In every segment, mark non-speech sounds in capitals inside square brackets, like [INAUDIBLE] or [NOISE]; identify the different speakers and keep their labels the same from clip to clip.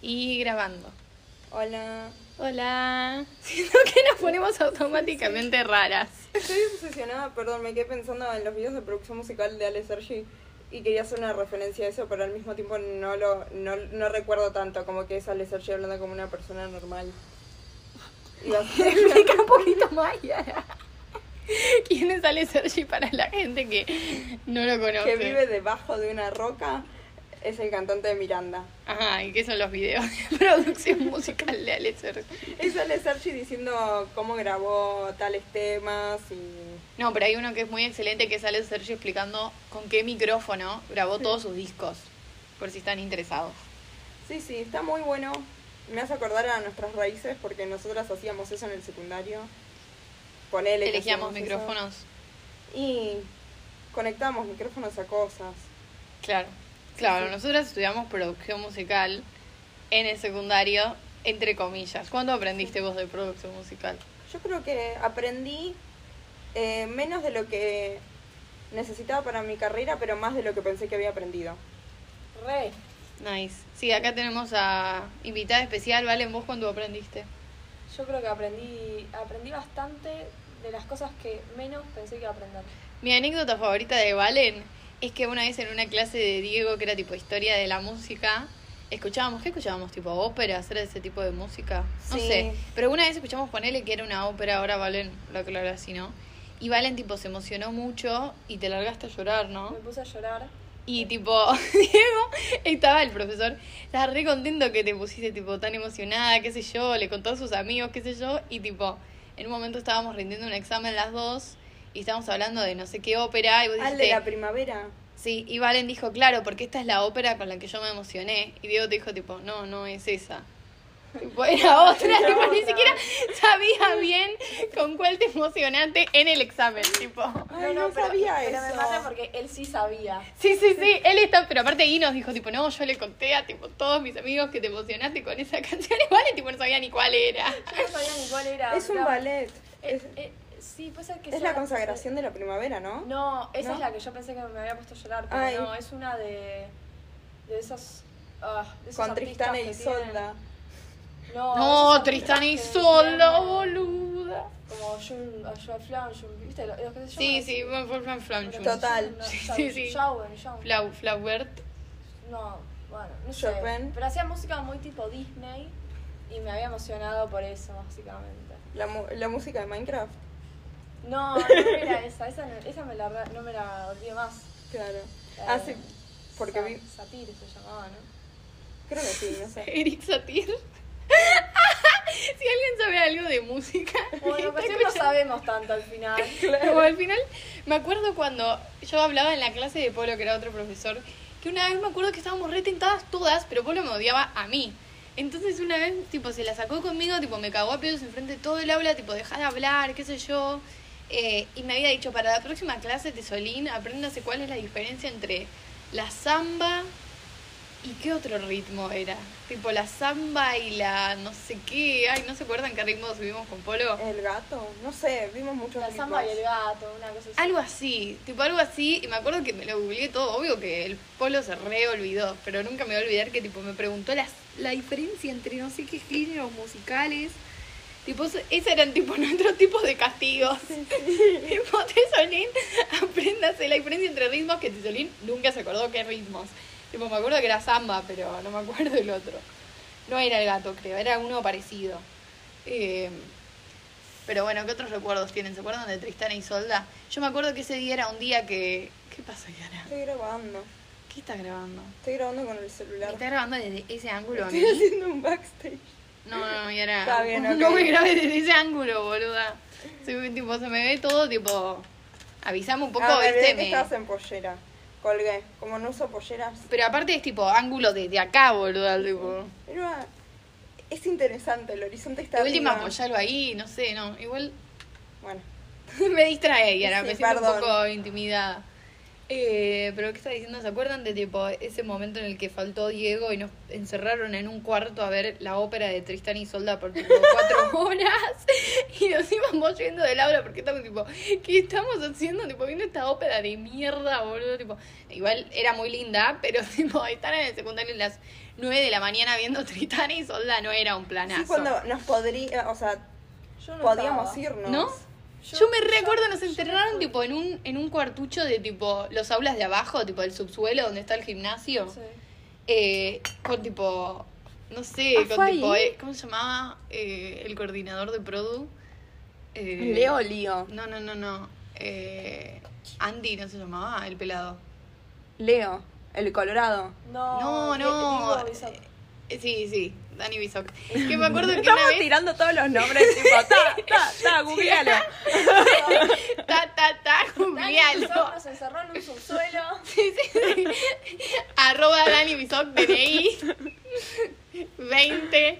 Speaker 1: Y grabando.
Speaker 2: Hola.
Speaker 1: Hola. [LAUGHS] Siento que nos ponemos automáticamente raras. [LAUGHS]
Speaker 2: Estoy obsesionada, perdón, me quedé pensando en los videos de producción musical de Ale Sergi y quería hacer una referencia a eso, pero al mismo tiempo no lo no, no recuerdo tanto, como que es Ale Sergi hablando como una persona normal.
Speaker 1: [LAUGHS]
Speaker 2: Y así-
Speaker 1: Explica un poquito más, Yara. ¿Quién es Ale Sergi para la gente que no lo conoce?
Speaker 2: que vive debajo de una roca es el cantante de Miranda.
Speaker 1: Ajá, ¿y qué son los videos de [LAUGHS] producción musical de Ale Sergi?
Speaker 2: Es Ale Sergi diciendo cómo grabó tales temas y...
Speaker 1: No, pero hay uno que es muy excelente que sale Sergio explicando con qué micrófono grabó todos sus discos, por si están interesados.
Speaker 2: Sí, sí, está muy bueno. Me hace acordar a nuestras raíces porque nosotras hacíamos eso en el secundario. Ponele. que
Speaker 1: Elegíamos
Speaker 2: hacíamos eso.
Speaker 1: micrófonos,
Speaker 2: Y conectamos micrófonos a cosas.
Speaker 1: claro. Claro,
Speaker 2: sí.
Speaker 1: nosotras estudiamos producción musical en el secundario, entre comillas. ¿Cuándo aprendiste vos de producción musical?
Speaker 2: Yo creo que aprendí eh, menos de lo que necesitaba para mi carrera, pero más de lo que pensé que había aprendido.
Speaker 3: Re.
Speaker 1: Nice. Sí, acá tenemos a invitada especial, Valen, vos cuándo aprendiste.
Speaker 3: Yo creo que aprendí, aprendí bastante de las cosas que menos pensé que iba a aprender.
Speaker 1: Mi anécdota favorita de Valen es que una vez en una clase de Diego, que era tipo historia de la música, escuchábamos, ¿qué escuchábamos? ¿Tipo óperas? ¿Era ese tipo de música? No
Speaker 2: Sí.
Speaker 1: sé. Pero una vez escuchamos ponerle que era una ópera, ahora Valen lo aclara si no. Y Valen, tipo, se emocionó mucho y te largaste a llorar, ¿no?
Speaker 3: Me puse a llorar.
Speaker 1: Y, tipo, [LAUGHS] Diego, estaba el profesor, estaba re contento que te pusiste, tipo, tan emocionada, qué sé yo, le contó a sus amigos, qué sé yo. Y, tipo, en un momento estábamos rindiendo un examen las dos y estábamos hablando de no sé qué ópera. Y vos
Speaker 2: Al Ah, de
Speaker 1: dijiste,
Speaker 2: la primavera.
Speaker 1: Sí, y Valen dijo, claro, porque esta es la ópera con la que yo me emocioné. Y Diego te dijo, tipo, no, no es esa. Tipo,
Speaker 2: [LAUGHS]
Speaker 1: era otra,
Speaker 2: Era
Speaker 1: tipo, ni
Speaker 2: otra.
Speaker 1: siquiera sabía bien con cuál te emocionaste en el examen, tipo.
Speaker 2: Ay, no, sabía
Speaker 3: pero
Speaker 2: eso.
Speaker 3: me mata porque él sí sabía.
Speaker 1: Sí, sí, sí, él está, pero aparte ahí nos dijo, tipo, no, yo le conté a tipo, todos mis amigos que te emocionaste con esa [LAUGHS] canción y Valen, tipo, no sabía ni cuál era.
Speaker 3: Yo no sabía ni cuál era.
Speaker 2: Es un
Speaker 3: Era-
Speaker 2: ballet.
Speaker 3: Eh,
Speaker 2: Es,
Speaker 3: eh, sí, pasa que
Speaker 2: es
Speaker 3: sea-
Speaker 2: la consagración de la primavera, ¿no?
Speaker 3: No, esa
Speaker 2: ¿No?
Speaker 3: es la que yo pensé que me había puesto a llorar, pero
Speaker 2: Ay.
Speaker 3: no, es una de, de esos... ah, de esos
Speaker 2: Con
Speaker 3: artistas
Speaker 2: Tristana
Speaker 3: que
Speaker 2: y
Speaker 3: tienen-
Speaker 2: Solda.
Speaker 3: No, esos
Speaker 1: No,
Speaker 3: artistas
Speaker 1: Tristán y
Speaker 3: que
Speaker 1: Solda,
Speaker 3: tienen-
Speaker 1: boluda.
Speaker 3: Como Jun, o Joe Flan, Jun, ¿viste? Los, los que se
Speaker 1: Sí,
Speaker 3: llaman
Speaker 1: sí,
Speaker 3: así.
Speaker 1: fue fue- fue-
Speaker 3: Los que se
Speaker 1: fue-
Speaker 2: Total.
Speaker 3: llaman, no,
Speaker 1: Sí,
Speaker 3: Jau-
Speaker 1: sí, sí.
Speaker 3: Jauen, Jauen.
Speaker 1: Flau- Flaubert.
Speaker 3: No, bueno, no sé.
Speaker 2: Chopin.
Speaker 3: Pero hacía música muy tipo Disney y me había emocionado por eso, básicamente.
Speaker 2: La, mu- la música de Minecraft.
Speaker 3: No, no
Speaker 2: [LAUGHS]
Speaker 3: era esa, esa, no- esa me la, re- no me la olvidé más.
Speaker 2: Claro.
Speaker 3: Eh,
Speaker 2: Ah, sí. Porque
Speaker 3: Sa-
Speaker 2: vi-
Speaker 3: Satir se llamaba,
Speaker 2: [LAUGHS]
Speaker 3: ¿no?
Speaker 2: Creo que sí, no sé.
Speaker 1: [LAUGHS] Eric Satir. [LAUGHS] si alguien sabe algo de música.
Speaker 3: Bueno,
Speaker 1: [LAUGHS] está
Speaker 3: pues no
Speaker 1: escuchando.
Speaker 3: sabemos tanto al final.
Speaker 1: Como al final, me acuerdo cuando yo hablaba en la clase de Polo, que era otro profesor, que una vez me acuerdo que estábamos retentadas todas, pero Polo me odiaba a mí. Entonces una vez, tipo, se la sacó conmigo, tipo, me cagó a pedos enfrente de todo el aula, tipo, dejá de hablar, qué sé yo. Eh, y me había dicho, para la próxima clase de Solín, apréndase cuál es la diferencia entre la samba y qué otro ritmo era. Tipo, la samba y la no sé qué. Ay, ¿no se acuerdan qué ritmo subimos con Polo?
Speaker 2: El gato, no sé, vimos muchos
Speaker 3: La samba y el gato, una cosa así.
Speaker 1: Algo así, tipo algo así, y me acuerdo que me lo googleé todo, obvio que el polo se re olvidó, pero nunca me voy a olvidar que tipo me preguntó las, la diferencia entre no sé qué géneros musicales, tipo, eso- esos eran tipo [LAUGHS] nuestros tipos de castigos. [LAUGHS] Tipo, Tesolín, [LAUGHS] apréndase la diferencia entre ritmos que Tesolín nunca se acordó qué ritmos. Tipo, me acuerdo que era samba, pero no me acuerdo el otro. No era el gato, creo, era uno parecido. Eh, pero bueno, ¿qué otros recuerdos tienen? ¿Se acuerdan de Tristana y Solda? Yo me acuerdo que ese día era un día que... ¿Qué pasa, Yara?
Speaker 2: Estoy grabando,
Speaker 1: ¿Qué estás grabando?
Speaker 2: estoy grabando con el
Speaker 1: ¿Me
Speaker 2: celular.
Speaker 1: estás grabando desde ese [LAUGHS] ángulo a mí?
Speaker 2: Estoy haciendo un backstage.
Speaker 1: No, no, no, Yara.
Speaker 2: Está bien, ok.
Speaker 1: No me grabes desde ese ángulo, boluda. Soy, tipo, se me ve todo, tipo... Avisame un poco,
Speaker 2: ah, me olvidé
Speaker 1: viste,
Speaker 2: que
Speaker 1: me-
Speaker 2: estabas en pollera. Colgué, como no uso polleras.
Speaker 1: Pero aparte es tipo ángulo desde acá, boluda, tipo...
Speaker 2: Era- ah, Es interesante, el horizonte está
Speaker 1: De última
Speaker 2: arriba.
Speaker 1: apoyarlo ahí, no sé, no. Igual
Speaker 2: Bueno,
Speaker 1: [LAUGHS] me distrae y ahora
Speaker 2: Sí,
Speaker 1: me siento un
Speaker 2: perdón.
Speaker 1: poco intimidada. Eh, pero ¿qué está diciendo? ¿Se acuerdan de tipo ese momento en el que faltó Diego y nos encerraron en un cuarto a ver la ópera de Tristán y Solda por
Speaker 2: [LAUGHS]
Speaker 1: tipo cuatro horas? [LAUGHS] Y nos íbamos yendo de Laura porque estamos tipo, ¿qué estamos haciendo? Tipo, viendo esta ópera de mierda, boludo. Tipo, igual era muy linda, pero [LAUGHS] tipo, estar en el secundario a las 9 de la mañana viendo Tristán y Solda no era un planazo.
Speaker 2: Sí, cuando nos podría, o sea,
Speaker 3: Yo no
Speaker 2: podíamos
Speaker 3: estaba.
Speaker 2: irnos.
Speaker 1: ¿No? Yo, me recuerdo, nos enterraron tipo en un, en un cuartucho de tipo los aulas de abajo, tipo el subsuelo donde está el gimnasio.
Speaker 3: Sí.
Speaker 1: Eh, con tipo, no sé,
Speaker 4: Ah,
Speaker 1: con
Speaker 4: ¿fue
Speaker 1: tipo,
Speaker 4: ahí?
Speaker 1: eh, ¿cómo se llamaba eh, el coordinador de Produ? Eh,
Speaker 2: Leo Lío.
Speaker 1: No, no, no, no. Eh, Andy, ¿no se llamaba? Ah, El pelado.
Speaker 2: Leo, el Colorado.
Speaker 3: No,
Speaker 1: No, no.
Speaker 3: Diego Bisoc.
Speaker 1: Eh, sí, sí, Dani Bisoc. Que me acuerdo que
Speaker 2: Estamos
Speaker 1: una vez...
Speaker 2: tirando todos los nombres, tipo, ta,
Speaker 1: [LAUGHS]
Speaker 2: ta, ta, googlealo.
Speaker 1: Ta, ta, ta,
Speaker 3: Dani
Speaker 1: googlealo.
Speaker 3: Bisoc nos encerró en
Speaker 1: [LAUGHS]
Speaker 3: un subsuelo.
Speaker 1: Sí, sí, sí. Arroba Dani Bisoc, DNI 20.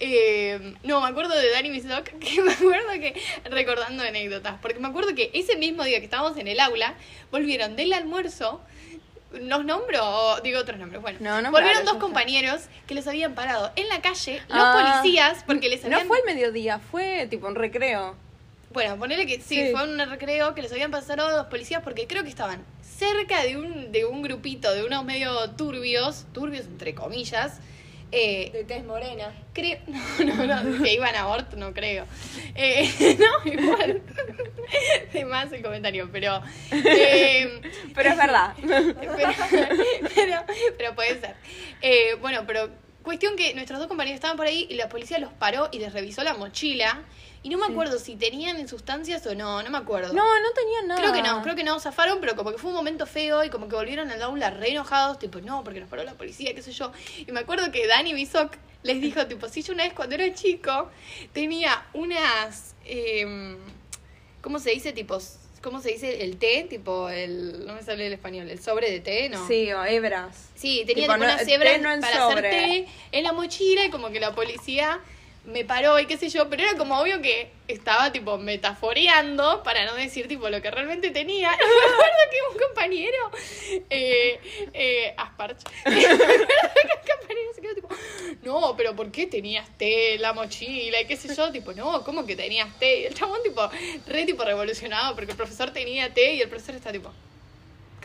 Speaker 1: Eh, no, me acuerdo de Dani Bisoc, que me acuerdo que, recordando anécdotas, porque me acuerdo que ese mismo día que estábamos en el aula, volvieron del almuerzo, los nombro, o digo otros nombres, bueno,
Speaker 2: No, nombralo,
Speaker 1: volvieron
Speaker 2: ya
Speaker 1: dos
Speaker 2: está.
Speaker 1: compañeros que los habían parado en la calle, los
Speaker 2: Ah.
Speaker 1: policías, porque les
Speaker 2: No
Speaker 1: habían...
Speaker 2: fue el mediodía, fue tipo un recreo.
Speaker 1: Bueno, ponele que sí,
Speaker 2: Sí.
Speaker 1: fue un recreo que les habían pasado los policías porque creo que estaban cerca de un, de un grupito, de unos medio turbios, turbios entre comillas. Eh,
Speaker 3: De tez morena.
Speaker 1: creo. [LAUGHS] No, no, no, que iban a aborto, no creo. Eh, [LAUGHS] no, igual. De más el comentario, pero.
Speaker 2: [LAUGHS]
Speaker 1: eh,
Speaker 2: Pero es verdad.
Speaker 1: pero, pero, pero puede ser. Eh, bueno, pero cuestión que nuestros dos compañeros estaban por ahí y la policía los paró y les revisó la mochila. Y no me acuerdo si tenían sustancias o no, no me acuerdo.
Speaker 2: No, no tenía nada.
Speaker 1: Creo que no, creo que no, zafaron, pero como que fue un momento feo y como que volvieron al aula re enojados, tipo, no, porque nos paró la policía, qué sé yo. Y me acuerdo que Dani Bisoc les dijo, tipo, si yo una vez cuando era chico tenía unas, em, ¿cómo se dice? Tipo, ¿cómo se dice? El té, tipo, el, no me sale el español, el sobre de té, ¿no?
Speaker 2: Sí, o hebras.
Speaker 1: Sí, tenía
Speaker 2: Tipo,
Speaker 1: tipo,
Speaker 2: no-
Speaker 1: unas
Speaker 2: té
Speaker 1: hebras
Speaker 2: no en
Speaker 1: para
Speaker 2: sobre.
Speaker 1: hacer té en la mochila y como que la policía me paró y qué sé yo, pero era como obvio que estaba tipo metaforeando para no decir tipo lo que realmente tenía. [LAUGHS] Y me acuerdo que un compañero, eh, eh, Asparch, me
Speaker 2: [LAUGHS]
Speaker 1: acuerdo que un compañero se quedó tipo, no, pero ¿por qué tenías té en la mochila? Y qué sé yo, tipo, no, ¿cómo que tenías té? Y el chabón tipo, re tipo revolucionado porque el profesor tenía té y el profesor está tipo...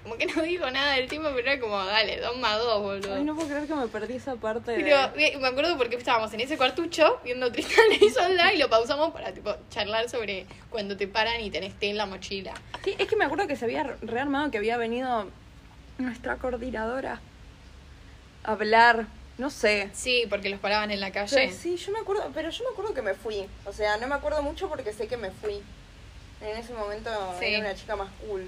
Speaker 1: Como que no dijo nada del tema, pero era como, dale, dos más dos, boludo.
Speaker 2: Ay, no puedo creer que me perdí esa parte de...
Speaker 1: Pero eh, me acuerdo porque estábamos en ese cuartucho viendo Tristán y Solda y lo pausamos para tipo charlar sobre cuando te paran y tenés té en la mochila.
Speaker 2: Sí, es que me acuerdo que se había rearmado, que había venido nuestra coordinadora a hablar, no sé.
Speaker 1: Sí, porque los paraban en la calle.
Speaker 2: Pero sí, yo me acuerdo, pero yo me acuerdo que me fui. O sea, no me acuerdo mucho porque sé que me fui. En ese momento
Speaker 1: Sí.
Speaker 2: era una chica más cool.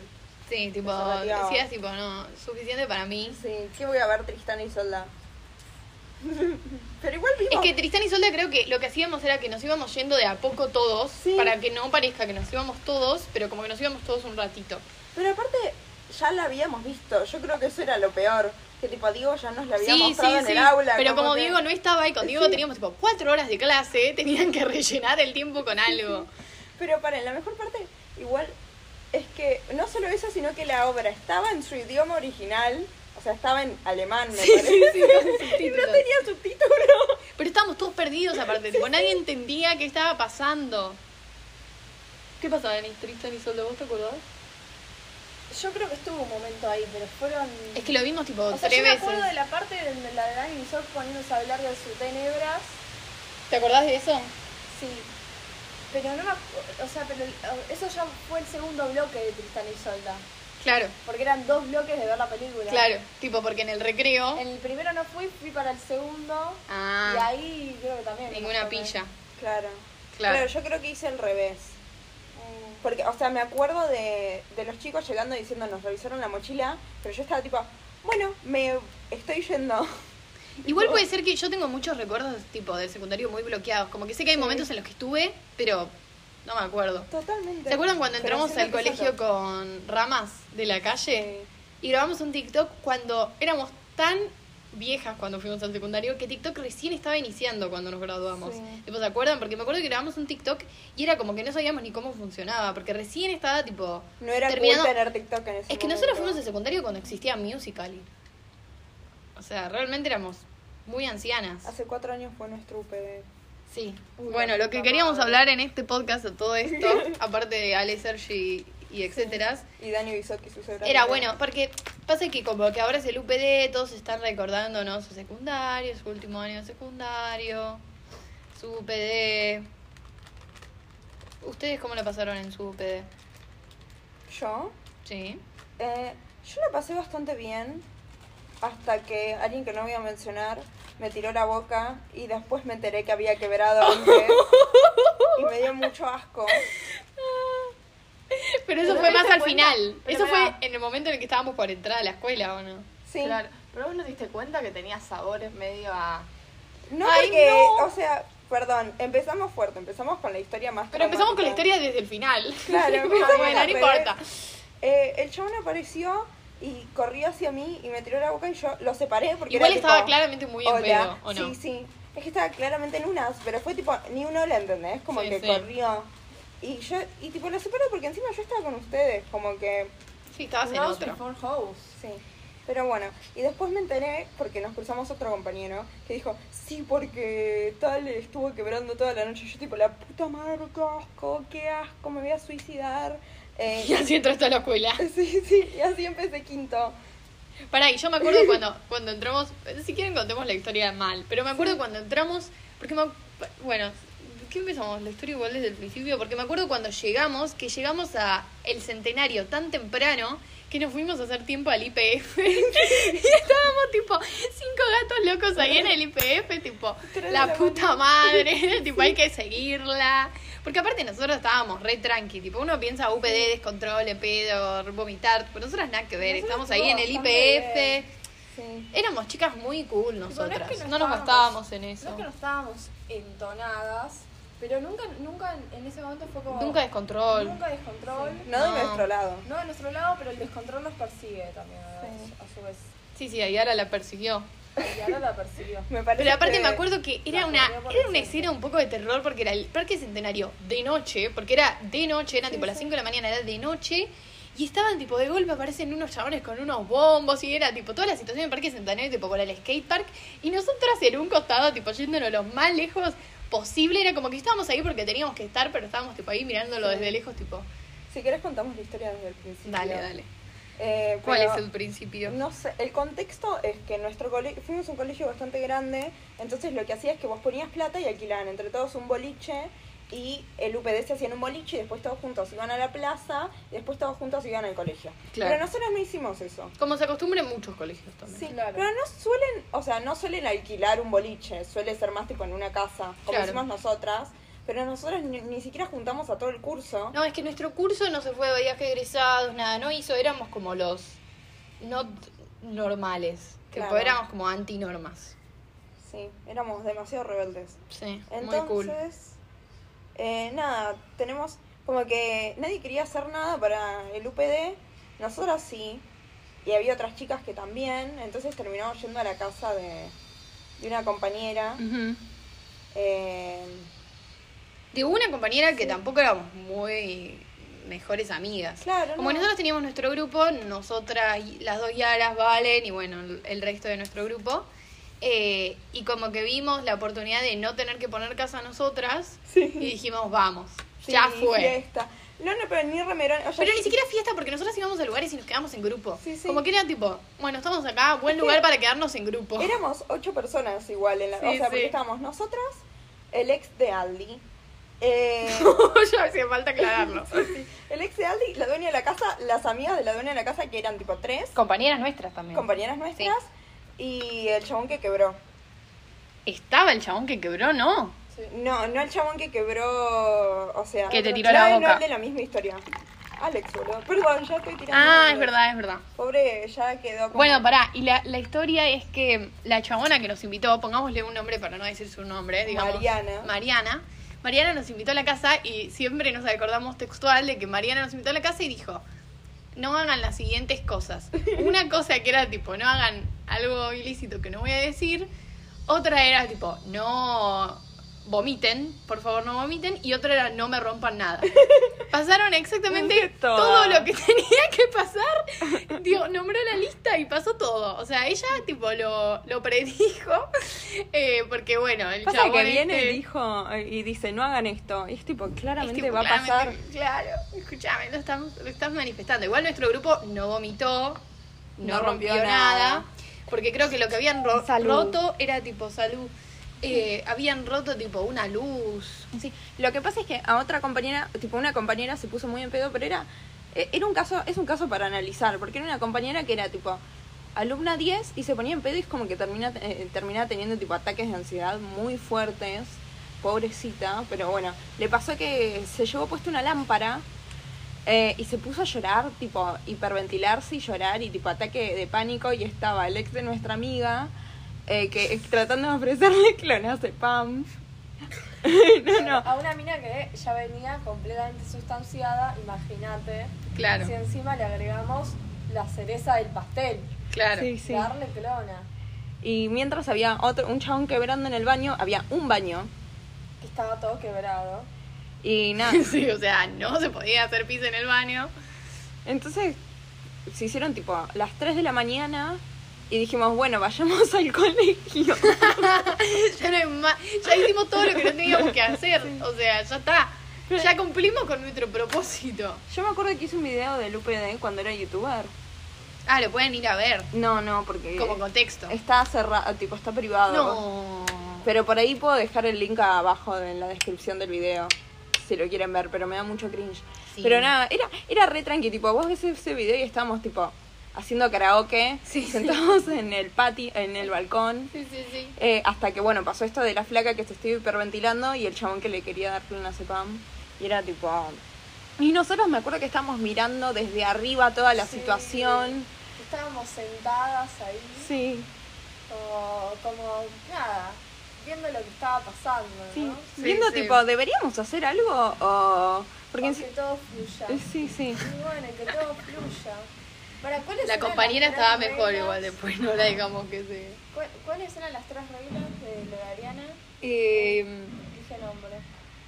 Speaker 1: Sí, tipo,
Speaker 2: Los arraigaba.
Speaker 1: decías tipo, no, suficiente para mí.
Speaker 2: Sí, ¿qué voy a ver Tristán y Solda? [LAUGHS] pero igual
Speaker 1: Es
Speaker 2: vimos.
Speaker 1: que Tristán y Solda creo que lo que hacíamos era que nos íbamos yendo de a poco todos,
Speaker 2: Sí.
Speaker 1: para que no parezca que nos íbamos todos, pero como que nos íbamos todos un ratito.
Speaker 2: Pero aparte, ya la habíamos visto. Yo creo que eso era lo peor. Que tipo, Diego ya nos la había
Speaker 1: Sí, sí,
Speaker 2: mostrado en
Speaker 1: sí.
Speaker 2: el aula.
Speaker 1: Pero como
Speaker 2: que-
Speaker 1: Diego no estaba y con Diego teníamos tipo cuatro horas de clase, [LAUGHS] tenían que rellenar el tiempo con algo.
Speaker 2: Pero para, la mejor parte, igual, es que no solo eso, sino que la obra estaba en su idioma original, o sea, estaba en alemán,
Speaker 1: [LAUGHS]
Speaker 2: me parece. y no tenía subtítulos.
Speaker 1: Pero estábamos todos perdidos aparte, tipo, nadie entendía qué estaba pasando. ¿Qué pasó, Dani? Tristan y Soldo, ¿vos te acordás?
Speaker 3: Yo creo que estuvo un momento ahí, pero fueron.
Speaker 1: Es que lo vimos tipo
Speaker 3: o sea,
Speaker 1: tres
Speaker 3: yo me
Speaker 1: veces.
Speaker 3: acuerdo de la parte de de la de Dani Bisoc poniéndose a hablar de sus tenebras.
Speaker 1: ¿Te acordás de eso?
Speaker 3: Sí. Pero no me acu- O sea, pero el- eso ya fue el segundo bloque de Tristán y Solda.
Speaker 1: Claro,
Speaker 3: Porque eran dos bloques de ver la película.
Speaker 1: claro. Tipo, porque en el recreo.
Speaker 3: En el primero no fui, fui para el segundo. Y
Speaker 1: Ah,
Speaker 3: ahí creo que también.
Speaker 1: ninguna
Speaker 3: me-
Speaker 1: pilla.
Speaker 2: Claro.
Speaker 1: Claro.
Speaker 2: Pero yo creo que hice al revés.
Speaker 3: Mm.
Speaker 2: Porque, o sea, me acuerdo de, de los chicos llegando diciendo, nos revisaron la mochila, pero yo estaba tipo, bueno, me estoy yendo. [LAUGHS]
Speaker 1: Igual puede ser que yo tengo muchos recuerdos tipo del secundario muy bloqueados. Como que sé que hay momentos en los que estuve, pero no me acuerdo.
Speaker 2: Totalmente.
Speaker 1: ¿Se acuerdan cuando
Speaker 2: Pero
Speaker 1: entramos
Speaker 2: siempre
Speaker 1: al
Speaker 2: que
Speaker 1: colegio
Speaker 2: salgo.
Speaker 1: con ramas de la calle? Y grabamos un TikTok cuando éramos tan viejas cuando fuimos al secundario que TikTok recién estaba iniciando cuando nos graduamos.
Speaker 3: Sí.
Speaker 1: Tipo, ¿se acuerdan? Porque me acuerdo que grabamos un TikTok y era como que no sabíamos ni cómo funcionaba, porque recién estaba tipo
Speaker 2: No era
Speaker 1: terminando.
Speaker 2: cool tener TikTok en ese
Speaker 1: Es que nosotros
Speaker 2: momento.
Speaker 1: fuimos de secundario cuando existía Musical.ly. O sea, realmente éramos muy ancianas.
Speaker 2: Hace cuatro años fue nuestro UPD.
Speaker 1: Sí.
Speaker 2: Uy,
Speaker 1: bueno,
Speaker 2: la
Speaker 1: lo que
Speaker 2: puta
Speaker 1: queríamos
Speaker 2: madre.
Speaker 1: hablar en este podcast de todo
Speaker 2: [LAUGHS]
Speaker 1: esto, aparte de Ale, Sergi y etcétera,
Speaker 2: Y Dani Bisocchi su
Speaker 1: era bueno, porque pasa que como que ahora es el UPD, todos están recordándonos su secundario, su último año de secundario, su UPD. ¿Ustedes cómo la pasaron en su UPD?
Speaker 2: Yo,
Speaker 1: Sí.
Speaker 2: eh, yo la pasé bastante bien hasta que alguien que no voy a mencionar me tiró la boca y después me enteré que había quebrado antes.
Speaker 1: [LAUGHS]
Speaker 2: y me dio mucho asco.
Speaker 1: Pero eso
Speaker 3: Pero
Speaker 1: fue
Speaker 3: no te
Speaker 1: más al
Speaker 3: cuenta-
Speaker 1: final.
Speaker 4: pero
Speaker 1: Eso fue
Speaker 4: pará.
Speaker 1: en el momento en el que estábamos por entrar a la escuela, ¿o no?
Speaker 2: Sí.
Speaker 4: Claro, pero vos no te diste cuenta que tenía sabores medio a...
Speaker 2: No
Speaker 1: Ay,
Speaker 2: porque,
Speaker 1: no.
Speaker 2: o sea, perdón, empezamos fuerte, empezamos con la historia más
Speaker 1: Pero empezamos con la
Speaker 2: traumática.
Speaker 1: historia desde el final. [LAUGHS]
Speaker 2: Claro,
Speaker 1: Pero
Speaker 2: empezamos
Speaker 1: bueno,
Speaker 2: a
Speaker 1: no
Speaker 2: pedir-
Speaker 1: importa.
Speaker 2: Eh, el chabón apareció y corrió hacia mí y me tiró la boca y yo lo separé porque
Speaker 1: Igual
Speaker 2: era
Speaker 1: estaba
Speaker 2: tipo,
Speaker 1: claramente muy en pedo,
Speaker 2: hola.
Speaker 1: ¿o no?
Speaker 2: Sí, sí. Es que estaba claramente en unas, pero fue tipo, ni uno la entendés, como
Speaker 1: Sí,
Speaker 2: que
Speaker 1: sí.
Speaker 2: corrió. Y yo, y tipo, lo separo porque encima yo estaba con ustedes, como que,
Speaker 1: Sí, estabas en
Speaker 4: House
Speaker 1: otro.
Speaker 4: Before House.
Speaker 2: sí. Pero bueno, y después me enteré, porque nos cruzamos otro compañero, que dijo, sí, porque tal estuvo quebrando toda la noche. Yo tipo, la puta madre, qué asco, qué asco, me voy a suicidar. Eh,
Speaker 1: [LAUGHS] Y así entraste a la escuela.
Speaker 2: [LAUGHS] Sí, sí, y así empecé quinto.
Speaker 1: Pará, y yo me acuerdo
Speaker 2: [LAUGHS]
Speaker 1: cuando, cuando entramos. Si quieren, contemos la historia mal. Pero me acuerdo cuando entramos. Porque me. ac- Bueno, ¿qué empezamos? La historia igual desde el principio. Porque me acuerdo cuando llegamos, que llegamos a el centenario tan temprano que nos fuimos a hacer tiempo al IPF. [LAUGHS] y estábamos tipo cinco gatos locos ahí en el IPF, tipo,
Speaker 2: Tres de
Speaker 1: la
Speaker 2: la
Speaker 1: puta madre, [LAUGHS] tipo, hay que seguirla. Porque aparte nosotros estábamos re tranqui, tipo, uno piensa UPD, descontrol, pedo, vomitar, pero nosotras nada que ver,
Speaker 2: Nosotras
Speaker 1: estamos ahí en el
Speaker 2: bastante
Speaker 1: IPF.
Speaker 2: bien. Sí.
Speaker 1: Éramos chicas muy cool
Speaker 4: Tipo,
Speaker 1: nosotras.
Speaker 4: es que
Speaker 1: no
Speaker 4: estábamos-
Speaker 1: nos gastábamos en eso.
Speaker 4: No es que no estábamos entonadas, pero nunca, nunca en- en ese momento fue como...
Speaker 1: Nunca descontrol.
Speaker 4: Nunca descontrol.
Speaker 2: No,
Speaker 1: No.
Speaker 2: de nuestro lado.
Speaker 4: No de nuestro lado, pero el descontrol nos persigue también a,
Speaker 2: Sí.
Speaker 4: a su vez.
Speaker 1: Sí, sí, Ayala la persiguió.
Speaker 4: Y ahora la persiguió.
Speaker 2: Me parece
Speaker 1: Pero aparte
Speaker 2: que-
Speaker 1: me acuerdo que era
Speaker 4: la
Speaker 1: una,
Speaker 4: corrió por
Speaker 1: era
Speaker 4: el
Speaker 1: una
Speaker 4: centro.
Speaker 1: escena un poco de terror porque era el Parque Centenario de noche, porque era de noche, eran tipo las 5 de la mañana, era de noche, y estaban tipo de golpe aparecen unos chabones con unos bombos y era tipo toda la situación del Parque Centenario tipo por el skatepark y nosotras en un costado tipo yéndonos lo más lejos posible, era como que estábamos ahí porque teníamos que estar, pero estábamos tipo ahí mirándolo
Speaker 2: Sí.
Speaker 1: desde lejos tipo,
Speaker 2: Si querés contamos la historia desde el principio.
Speaker 1: dale, dale.
Speaker 2: Eh,
Speaker 1: ¿Cuál
Speaker 2: pero-
Speaker 1: es el principio?
Speaker 2: No sé, el contexto es que nuestro colegio, fuimos un colegio bastante grande, entonces lo que hacía es que vos ponías plata y alquilaban entre todos un boliche y el UPD se hacían un boliche y después todos juntos iban a la plaza y después todos juntos iban al colegio.
Speaker 1: Claro.
Speaker 2: Pero nosotros no hicimos eso.
Speaker 1: Como se acostumbra en muchos colegios también.
Speaker 2: Sí,
Speaker 4: Claro.
Speaker 2: pero no suelen, o sea, no suelen alquilar un boliche, suele ser más tipo en una casa, como
Speaker 1: Claro.
Speaker 2: hicimos nosotras, pero nosotras ni, ni siquiera juntamos a todo el curso.
Speaker 1: No, es que nuestro curso no se fue de viaje de egresados, nada, no hizo, éramos como los no normales. Tipo,
Speaker 2: Claro.
Speaker 1: éramos como antinormas.
Speaker 2: Sí, éramos demasiado rebeldes.
Speaker 1: Sí, muy cool.
Speaker 2: Entonces, eh, nada, tenemos como que nadie quería hacer nada para el UPD, nosotras sí, y había otras chicas que también, entonces terminamos yendo a la casa de, de una compañera.
Speaker 1: Ujú.
Speaker 2: eh,
Speaker 1: De una compañera que tampoco éramos muy mejores amigas.
Speaker 2: claro,
Speaker 1: Como
Speaker 2: no.
Speaker 1: nosotros teníamos nuestro grupo, nosotras, y- las dos Yaras, Valen y bueno, el- el resto de nuestro grupo. eh, y como que vimos la oportunidad de no tener que poner casa a nosotras
Speaker 2: Sí.
Speaker 1: y dijimos, vamos,
Speaker 2: Sí,
Speaker 1: ya fue.
Speaker 2: fiesta. No, no, pero ni remerón. o sea,
Speaker 1: Pero ni
Speaker 2: sí-
Speaker 1: siquiera fiesta, porque nosotros íbamos a lugares y nos quedamos en grupo.
Speaker 2: Sí, sí.
Speaker 1: Como que era tipo, bueno, estamos acá, buen
Speaker 2: Es que-
Speaker 1: lugar para quedarnos en grupo. [LAUGHS]
Speaker 2: [LAUGHS] Éramos ocho personas igual en la.
Speaker 1: Sí,
Speaker 2: o sea,
Speaker 1: sí.
Speaker 2: porque estábamos nosotras, el ex de Aldi. eh,
Speaker 1: [LAUGHS] Ya hacía falta aclararlo.
Speaker 2: el ex de Aldi, la dueña de la casa, las amigas de la dueña de la casa que eran tipo tres,
Speaker 1: Compañeras nuestras también.
Speaker 2: compañeras nuestras, y el chabón que quebró.
Speaker 1: Estaba el chabón que quebró, ¿no?
Speaker 4: Sí.
Speaker 2: No, no el chabón que quebró. O sea.
Speaker 1: Que te
Speaker 2: no,
Speaker 1: tiró la
Speaker 2: no,
Speaker 1: boca.
Speaker 2: el de la misma historia. Alex, boludo. Perdón, ya estoy tirando.
Speaker 1: Ah, es
Speaker 2: nombres.
Speaker 1: verdad, es verdad.
Speaker 2: Pobre, ya quedó como.
Speaker 1: Bueno, pará, y la, la historia es que la chabona que nos invitó, pongámosle un nombre para no decir su nombre, digamos.
Speaker 2: Mariana.
Speaker 1: Mariana. Mariana nos invitó a la casa y siempre nos acordamos textual de que Mariana nos invitó a la casa y dijo, no hagan las siguientes cosas.
Speaker 2: [LAUGHS]
Speaker 1: Una cosa que era tipo, no hagan algo ilícito que no voy a decir. Otra era tipo, no vomiten, por favor no vomiten. Y otra era, no me rompan
Speaker 2: [LAUGHS]
Speaker 1: nada. Pasaron
Speaker 2: Dije
Speaker 1: exactamente
Speaker 2: todas.
Speaker 1: todo lo que [LAUGHS] tenía que pasar. Digo, nombró la lista y pasó todo. O sea, ella tipo lo, lo predijo. [LAUGHS] eh, porque bueno, el
Speaker 2: Pasa
Speaker 1: chabón
Speaker 2: que viene
Speaker 1: este-
Speaker 2: y dijo y dice, no hagan esto. Y es tipo,
Speaker 1: es
Speaker 2: claramente
Speaker 1: tipo,
Speaker 2: va a pasar.
Speaker 1: claramente, Claro, escúchame, lo estamos- lo estás manifestando. Igual nuestro grupo no vomitó, no,
Speaker 2: No rompió
Speaker 1: rompió, nada,
Speaker 2: nada.
Speaker 1: porque creo que lo que habían ro-
Speaker 2: Salud.
Speaker 1: roto era tipo salud. Eh, habían roto tipo una luz.
Speaker 2: Sí, lo que pasa es que a otra compañera, tipo una compañera se puso muy en pedo, pero era e- era un caso, es un caso para analizar, porque era una compañera que era tipo alumna 10 y se ponía en pedo y es como que termina eh, terminaba teniendo tipo ataques de ansiedad muy fuertes, pobrecita, pero bueno, le pasó que se llevó puesta una lámpara eh, y se puso a llorar, tipo hiperventilarse y llorar y tipo ataque de pánico y estaba el ex de nuestra amiga eh, que tratando de ofrecerle [LAUGHS] clonazepam. [LAUGHS] no, no.
Speaker 3: A una mina que ya venía completamente sustanciada, imagínate.
Speaker 1: Claro,
Speaker 3: Si encima le agregamos la cereza del pastel,
Speaker 1: claro.
Speaker 2: Sí, sí.
Speaker 3: darle clona.
Speaker 2: Y mientras había otro, un chabón quebrando en el baño, había un baño.
Speaker 3: Que estaba todo quebrado.
Speaker 2: Y
Speaker 1: [LAUGHS]
Speaker 2: nada.
Speaker 1: [LAUGHS] Sí, o sea, no se podía hacer pis en el baño.
Speaker 2: Entonces se hicieron tipo las 3 de la mañana y dijimos, bueno, vayamos [LAUGHS] al colegio.
Speaker 1: ya no hay más. Ya hicimos todo lo que no teníamos que hacer. O sea, ya está. Ya cumplimos con nuestro propósito.
Speaker 2: Yo me acuerdo que hice un video del UPD cuando era youtuber.
Speaker 1: Ah, lo pueden ir a ver
Speaker 2: No, no, porque
Speaker 1: como contexto.
Speaker 2: está cerrado, tipo está privado.
Speaker 1: No.
Speaker 2: Pero por ahí puedo dejar el link abajo en la descripción del video. Si lo quieren ver, pero me da mucho cringe.
Speaker 1: Sí.
Speaker 2: Pero nada, era, era re tranqui, tipo, vos ves ese video y estábamos tipo haciendo karaoke,
Speaker 1: Sí, sí.
Speaker 2: sentados [LAUGHS] en el patio, en el balcón.
Speaker 1: Sí, sí, sí.
Speaker 2: Eh, hasta que bueno, pasó esto de la flaca que se estoy hiperventilando y el chabón que le quería dar clonazepam. Y era tipo. ah. Y nosotros me acuerdo que estábamos mirando desde arriba toda la
Speaker 3: Sí.
Speaker 2: situación.
Speaker 3: Estábamos sentadas ahí,
Speaker 2: Sí.
Speaker 3: como, como nada, viendo lo que estaba pasando,
Speaker 2: Sí.
Speaker 3: ¿no?
Speaker 1: Sí,
Speaker 2: Viendo
Speaker 1: sí.
Speaker 2: tipo, ¿deberíamos hacer algo? O. Porque en
Speaker 3: O
Speaker 2: sí-
Speaker 3: que todo fluya.
Speaker 2: eh, Sí, sí.
Speaker 3: Y bueno, que todo fluya. Para, ¿cuáles
Speaker 1: La
Speaker 3: eran
Speaker 1: compañera
Speaker 3: las
Speaker 1: estaba
Speaker 3: tres
Speaker 1: mejor
Speaker 3: reglas?
Speaker 1: igual después, no la digamos que se...
Speaker 3: ¿Cuál- ¿Cuáles eran las tres reglas de lo de Ariana?
Speaker 2: Eh,
Speaker 3: Dije nombre.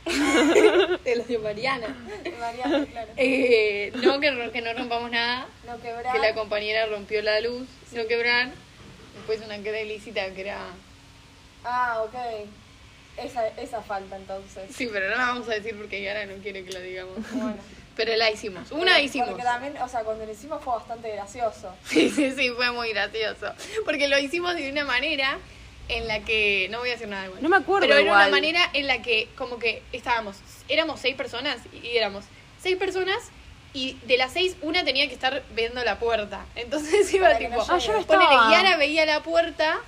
Speaker 3: [LAUGHS]
Speaker 1: de las de Mariana.
Speaker 3: Mariana, claro.
Speaker 1: Eh, no, que, ro- que no rompamos nada,
Speaker 3: No quebrar.
Speaker 1: que la compañera rompió la luz, no quebrar. Después una que era ilícita que era...
Speaker 3: Ah, ok. Esa, esa falta entonces.
Speaker 1: Sí, pero no la vamos a decir porque Yara no quiere que la digamos.
Speaker 3: Bueno.
Speaker 1: Pero la hicimos, una
Speaker 3: Porque-
Speaker 1: hicimos.
Speaker 3: Porque también, o sea, cuando lo hicimos fue bastante gracioso.
Speaker 1: [LAUGHS] Sí, sí, sí, fue muy gracioso. Porque lo hicimos de una manera en la que. No voy a decir nada igual.
Speaker 2: No me acuerdo
Speaker 1: Pero era
Speaker 2: igual.
Speaker 1: una manera en la que, como que estábamos. Éramos seis personas y éramos seis personas y de las seis, una tenía que estar viendo la puerta. Entonces [LAUGHS] iba
Speaker 3: Para que
Speaker 1: tipo.
Speaker 3: no llegue. Ah, yo no
Speaker 2: estaba.
Speaker 1: ponele, Yara veía la puerta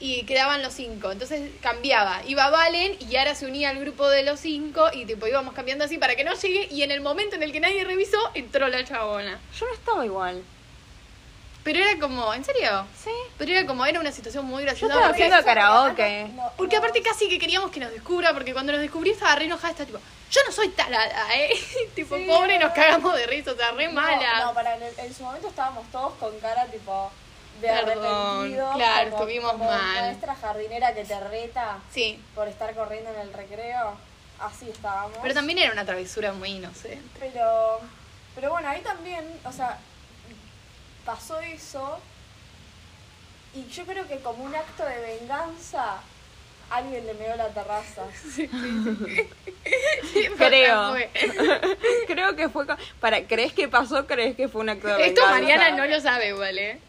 Speaker 1: y quedaban los cinco. Entonces cambiaba. Iba Valen y Yara se unía al grupo de los cinco y tipo íbamos cambiando así para que no llegue. Y en el momento en el que nadie revisó, entró la chabona.
Speaker 2: Yo no estaba igual.
Speaker 1: Pero era como, ¿en serio?
Speaker 2: Sí.
Speaker 1: Pero era como, era una situación muy graciosa.
Speaker 2: Yo estaba
Speaker 1: porque,
Speaker 2: haciendo karaoke.
Speaker 3: ah, No,
Speaker 1: porque
Speaker 3: no,
Speaker 1: aparte casi que queríamos que nos descubra, porque cuando nos descubrí estaba re enojada, estaba tipo, yo no soy talada, [LAUGHS] ¿eh? tipo,
Speaker 3: Sí,
Speaker 1: pobre,
Speaker 3: no.
Speaker 1: nos cagamos de risa, o sea, re
Speaker 3: no,
Speaker 1: mala.
Speaker 3: No, para en, el- en su momento estábamos todos con cara tipo de
Speaker 1: Perdón,
Speaker 3: arrepentidos.
Speaker 1: claro, estuvimos
Speaker 3: como
Speaker 1: mal.
Speaker 3: Nuestra jardinera que te reta
Speaker 1: Sí,
Speaker 3: por estar corriendo en el recreo. Así estábamos.
Speaker 1: pero también era una travesura muy
Speaker 2: [LAUGHS]
Speaker 1: inocente.
Speaker 3: Pero, pero bueno, ahí también, o sea, pasó eso. Y yo creo que como un acto de venganza, alguien le meó la terraza.
Speaker 2: Creo.
Speaker 1: Fue.
Speaker 2: [LAUGHS] Creo que fue. co- Para, ¿Crees que pasó? ¿Crees que fue un acto de
Speaker 1: Esto
Speaker 2: venganza?
Speaker 1: Mariana no lo sabe igual, ¿eh?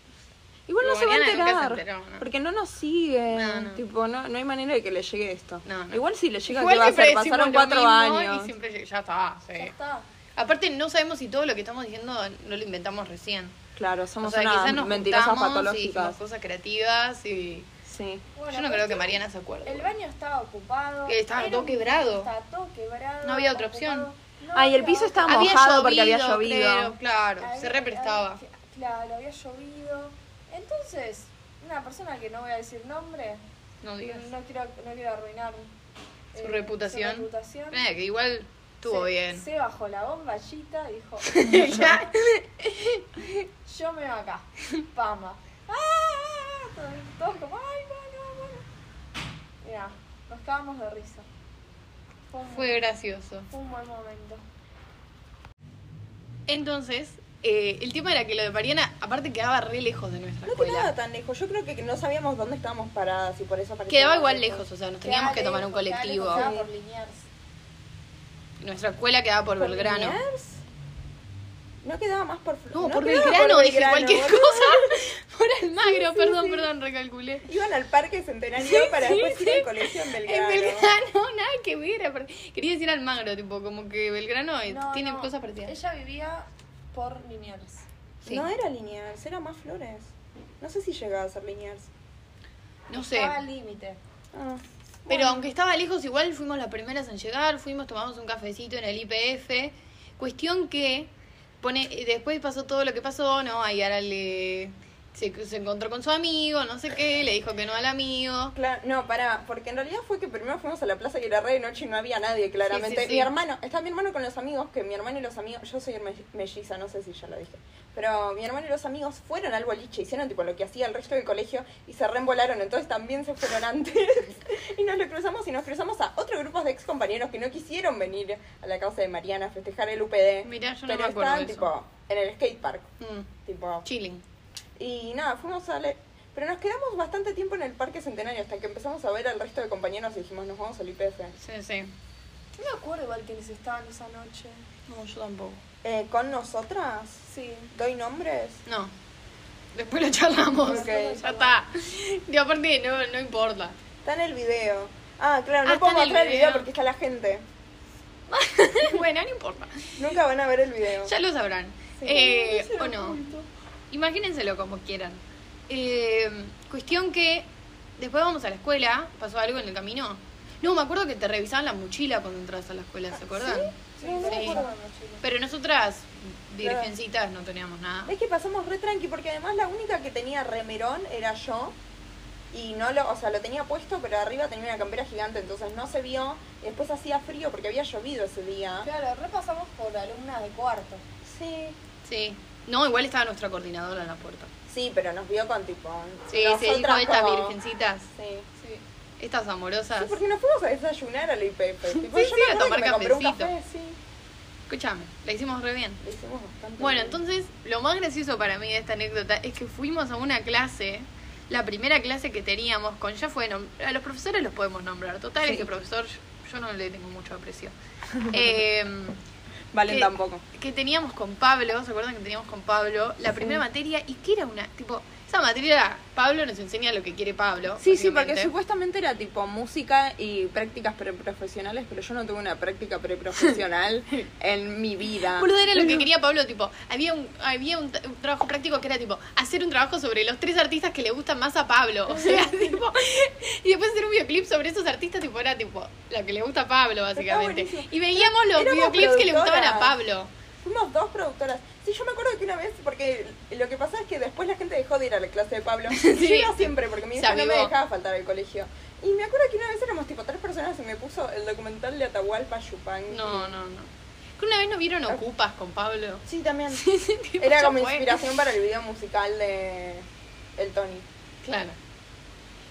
Speaker 2: Igual no
Speaker 1: Tipo,
Speaker 2: se va a
Speaker 1: Mariana nunca se
Speaker 2: enterar.
Speaker 1: enteró, ¿no?
Speaker 2: Porque no nos sigue.
Speaker 1: No, no.
Speaker 2: Tipo, no, no hay manera de que le llegue esto.
Speaker 1: No, no.
Speaker 2: Igual si le llega,
Speaker 1: igual
Speaker 2: ¿qué va a hacer?
Speaker 1: decimos
Speaker 2: Pasaron
Speaker 1: lo
Speaker 2: cuatro
Speaker 1: mismo
Speaker 2: años.
Speaker 1: Y siempre, ya está, sí.
Speaker 3: Ya está.
Speaker 1: Aparte no sabemos si todo lo que estamos diciendo no lo inventamos recién.
Speaker 2: Claro, somos
Speaker 1: o sea, quizás
Speaker 2: unas
Speaker 1: nos
Speaker 2: mentirosas
Speaker 1: juntamos y
Speaker 2: patológicas.
Speaker 1: hicimos cosas creativas y...
Speaker 2: Sí.
Speaker 3: Bueno, pues,
Speaker 1: Yo no creo que
Speaker 3: cuestión,
Speaker 1: Mariana se acuerde.
Speaker 3: El baño estaba ocupado.
Speaker 1: Que estaba
Speaker 3: era
Speaker 1: todo
Speaker 3: un-
Speaker 1: quebrado.
Speaker 3: Estaba todo quebrado.
Speaker 1: No había otra opción.
Speaker 3: ocupado. No
Speaker 2: Ah, y el
Speaker 3: había
Speaker 2: piso
Speaker 3: otra-
Speaker 2: estaba mojado porque había llovido.
Speaker 1: creo, claro,
Speaker 3: Había-
Speaker 1: se represtaba.
Speaker 3: había- Claro, había llovido. Entonces, una persona que no voy a decir nombre,
Speaker 1: No digas.
Speaker 3: No quiero, no quiero arruinar
Speaker 1: Oh, Su reputación.
Speaker 3: su reputación.
Speaker 1: Mira, que igual Estuvo
Speaker 3: se,
Speaker 1: bien.
Speaker 3: Se bajó la bombachita y
Speaker 1: [LAUGHS]
Speaker 3: dijo,
Speaker 1: Ya.
Speaker 3: yo me voy
Speaker 1: [LAUGHS]
Speaker 3: acá. Pama. ¡Ah! Todos, todos como, ay, bueno, bueno. Mira, nos cagamos de risa. Fue un,
Speaker 1: Fue gracioso.
Speaker 3: fue un buen momento.
Speaker 1: Entonces, eh, el tema era que lo de Mariana, aparte quedaba re lejos de nuestra
Speaker 2: No
Speaker 1: escuela.
Speaker 2: quedaba tan lejos. Yo creo que no sabíamos dónde estábamos paradas y por eso parecía
Speaker 1: Quedaba
Speaker 2: tan
Speaker 1: igual lejos, o sea, nos teníamos que
Speaker 3: Quedale,
Speaker 1: tomar un
Speaker 3: dale,
Speaker 1: colectivo.
Speaker 3: cortaba por Liniers.
Speaker 1: Nuestra escuela quedaba por,
Speaker 2: ¿Por
Speaker 1: Belgrano.
Speaker 2: Liniers? No quedaba más por Flor-
Speaker 1: No, por
Speaker 2: quedaba
Speaker 1: Belgrano, dije
Speaker 2: Belgrano,
Speaker 1: cualquier
Speaker 2: boludo.
Speaker 1: cosa. [LAUGHS] Por Almagro, perdón, perdón, recalculé.
Speaker 2: Iban al parque centenario para después ir al colegio en Belgrano.
Speaker 1: En Belgrano, nada que ver. aparte- Quería decir Almagro, tipo, como que Belgrano eh,
Speaker 3: No,
Speaker 1: tiene
Speaker 3: no,
Speaker 1: cosas parecidas.
Speaker 3: Ella vivía por Liniers.
Speaker 1: Sí.
Speaker 2: No era Liniers, era más Flores. No sé si llegaba a ser Liniers.
Speaker 1: No sé.
Speaker 3: Estaba al límite.
Speaker 2: Ah.
Speaker 1: Pero aunque estaba lejos, igual fuimos las primeras en llegar, fuimos, tomamos un cafecito en el IPF. Cuestión que pone, después pasó todo lo que pasó, ¿no? Ahí ahora le se, se encontró con su amigo, no sé qué, le dijo que no al amigo.
Speaker 2: Claro, no, pará, porque en realidad fue que primero fuimos a la plaza que era re de noche y no había nadie, claramente.
Speaker 1: Sí, sí, sí.
Speaker 2: Mi hermano, está mi hermano con los amigos, que mi hermano y los amigos, yo soy me- melliza, no sé si ya lo dije, pero mi hermano y los amigos fueron al boliche, hicieron tipo lo que hacía el resto del colegio y se reembolaron, entonces también se fueron antes. [LAUGHS] y nos lo cruzamos y nos cruzamos a otro grupo de ex compañeros que no quisieron venir a la causa de Mariana a festejar el UPD.
Speaker 1: Mirá, yo no
Speaker 2: pero
Speaker 1: me acuerdo
Speaker 2: estaban
Speaker 1: de eso.
Speaker 2: tipo en el skate park,
Speaker 1: Mm,
Speaker 2: tipo
Speaker 1: chilling.
Speaker 2: y nada, fuimos a leer. Pero nos quedamos bastante tiempo en el Parque Centenario hasta que empezamos a ver al resto de compañeros y dijimos, nos vamos al IPF.
Speaker 1: Sí, sí.
Speaker 3: No me acuerdo igual quiénes estaban esa noche.
Speaker 1: No, yo tampoco.
Speaker 2: Eh, ¿Con nosotras?
Speaker 3: Sí.
Speaker 2: ¿Doy nombres?
Speaker 1: No. Después lo charlamos.
Speaker 2: Ok.
Speaker 1: Ya está. Y aparte, no, no importa.
Speaker 2: Está en el video. Ah, claro,
Speaker 1: Ah,
Speaker 2: no
Speaker 1: está
Speaker 2: puedo
Speaker 1: en el
Speaker 2: mostrar el video
Speaker 1: video.
Speaker 2: porque está la gente.
Speaker 1: [LAUGHS] bueno, no importa.
Speaker 2: Nunca van a ver el video.
Speaker 1: Ya lo sabrán.
Speaker 2: Sí.
Speaker 1: Eh, o no. Imagínenselo como quieran. Eh, cuestión que después vamos a la escuela. ¿Pasó algo en el camino? No, me acuerdo que te revisaban la mochila cuando entras a la escuela,
Speaker 2: Ah,
Speaker 1: ¿se acuerdan?
Speaker 3: Sí, no me
Speaker 1: Sí.
Speaker 3: acuerdo de la mochila.
Speaker 1: Pero nosotras, virgencitas, no teníamos nada.
Speaker 2: Es que pasamos re tranqui porque además la única que tenía remerón era yo. Y no lo, o sea, lo tenía puesto, pero arriba tenía una campera gigante, entonces no se vio. Y después hacía frío porque había llovido ese día.
Speaker 3: Claro, repasamos por alumnas de cuarto.
Speaker 2: Sí.
Speaker 1: Sí. No, igual estaba nuestra coordinadora en la puerta.
Speaker 2: Sí, pero nos vio con tipo.
Speaker 1: Sí, se dijo
Speaker 2: nosotras
Speaker 1: estas
Speaker 2: como-
Speaker 1: virgencitas,
Speaker 2: Sí.
Speaker 3: Sí.
Speaker 1: estas amorosas.
Speaker 2: Sí, porque nos fuimos a desayunar al IPP. Tipo,
Speaker 1: Ah. Sí,
Speaker 2: yo
Speaker 1: sí,
Speaker 2: me
Speaker 1: a
Speaker 2: acuerdo que
Speaker 1: tomar
Speaker 2: me compré un
Speaker 1: cafecito.
Speaker 2: café, sí.
Speaker 1: Escúchame, la hicimos re bien.
Speaker 2: Lo hicimos bastante.
Speaker 1: Bueno,
Speaker 2: bien.
Speaker 1: entonces lo más gracioso para mí de esta anécdota es que fuimos a una clase, la primera clase que teníamos con ya fue, nom- a los profesores los podemos nombrar, total ese profesor yo, yo no le tengo mucho aprecio. [LAUGHS] Em,
Speaker 5: Valen
Speaker 1: que-
Speaker 5: tampoco.
Speaker 1: Que teníamos con Pablo, ¿se acuerdan que teníamos con Pablo la primera materia y que era una, tipo, esa materia era, Pablo nos enseña lo que quiere Pablo.
Speaker 5: Sí, sí, porque
Speaker 1: básicamente.
Speaker 5: supuestamente era tipo música y prácticas preprofesionales, pero yo no tuve una práctica preprofesional
Speaker 1: [LAUGHS]
Speaker 5: en mi
Speaker 2: Ah,
Speaker 5: vida.
Speaker 1: Boludo, era lo que quería Pablo, tipo, había un, había un, tra- un trabajo práctico que era tipo hacer un trabajo sobre los tres artistas que le gustan más a Pablo. O
Speaker 2: [LAUGHS]
Speaker 1: sea, tipo, y después hacer un videoclip sobre esos artistas, tipo, era tipo lo que le gusta a Pablo, básicamente.
Speaker 2: buenísimo.
Speaker 1: Y veíamos los
Speaker 2: Éramos
Speaker 1: videoclips que le gustaban a
Speaker 2: productoras.
Speaker 1: Pablo.
Speaker 2: Fuimos dos productoras. Sí, yo me acuerdo que una vez, porque lo que pasa es que después la gente dejó de ir a la clase
Speaker 1: [LAUGHS]
Speaker 2: de Pablo. Yo iba siempre, porque mi
Speaker 1: Se
Speaker 2: hija no me
Speaker 1: avivó.
Speaker 2: dejaba faltar al colegio. Y me acuerdo que una vez éramos tipo tres personas y me puso el documental de Atahualpa Yupanqui.
Speaker 1: No, no, no. Que una vez no vieron Ocupas con Pablo.
Speaker 2: Sí,
Speaker 1: [LAUGHS]
Speaker 2: también.
Speaker 1: Tipo,
Speaker 2: Era
Speaker 1: ya
Speaker 2: como
Speaker 1: fue.
Speaker 2: inspiración para el video musical de El Tony.
Speaker 1: Claro.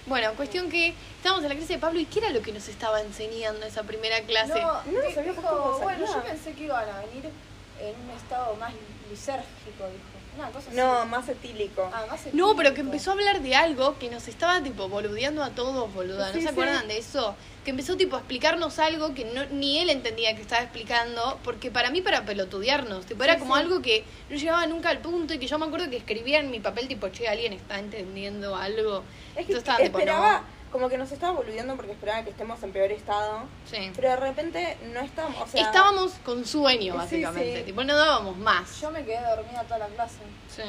Speaker 1: Bueno, cuestión que estábamos en la clase de Pablo y ¿qué era lo que nos estaba enseñando esa primera clase?
Speaker 3: No,
Speaker 2: No nos
Speaker 3: di-
Speaker 2: había puesto
Speaker 3: dijo,
Speaker 2: cosa,
Speaker 3: bueno,
Speaker 2: nada.
Speaker 3: yo pensé que iban a venir en un estado más lisérgico, dijo. Una cosa
Speaker 2: No,
Speaker 3: así.
Speaker 2: más etílico.
Speaker 3: Ah, más
Speaker 1: No, pero
Speaker 3: etílico.
Speaker 1: que empezó a hablar de algo que nos estaba tipo boludeando a todos, boluda. ¿No
Speaker 2: Sí,
Speaker 1: se
Speaker 2: sí.
Speaker 1: acuerdan de eso? Que empezó tipo a explicarnos algo que no, ni él entendía que estaba explicando, porque para mí para pelotudearnos, tipo, era
Speaker 2: Sí,
Speaker 1: como
Speaker 2: sí.
Speaker 1: algo que no llegaba nunca al punto y que yo me acuerdo que escribía en mi papel tipo, che, alguien está entendiendo algo.
Speaker 2: Es que
Speaker 1: Entonces estaban tipo,
Speaker 2: esperaba,
Speaker 1: no.
Speaker 2: como que nos estaba boludeando porque esperaba que estemos en peor estado.
Speaker 1: Sí.
Speaker 2: Pero de repente no estábamos. O sea,
Speaker 1: Estábamos con sueño,
Speaker 2: Sí,
Speaker 1: básicamente.
Speaker 2: sí.
Speaker 1: Tipo, no dábamos más.
Speaker 3: Yo me quedé dormida toda la clase.
Speaker 1: Sí.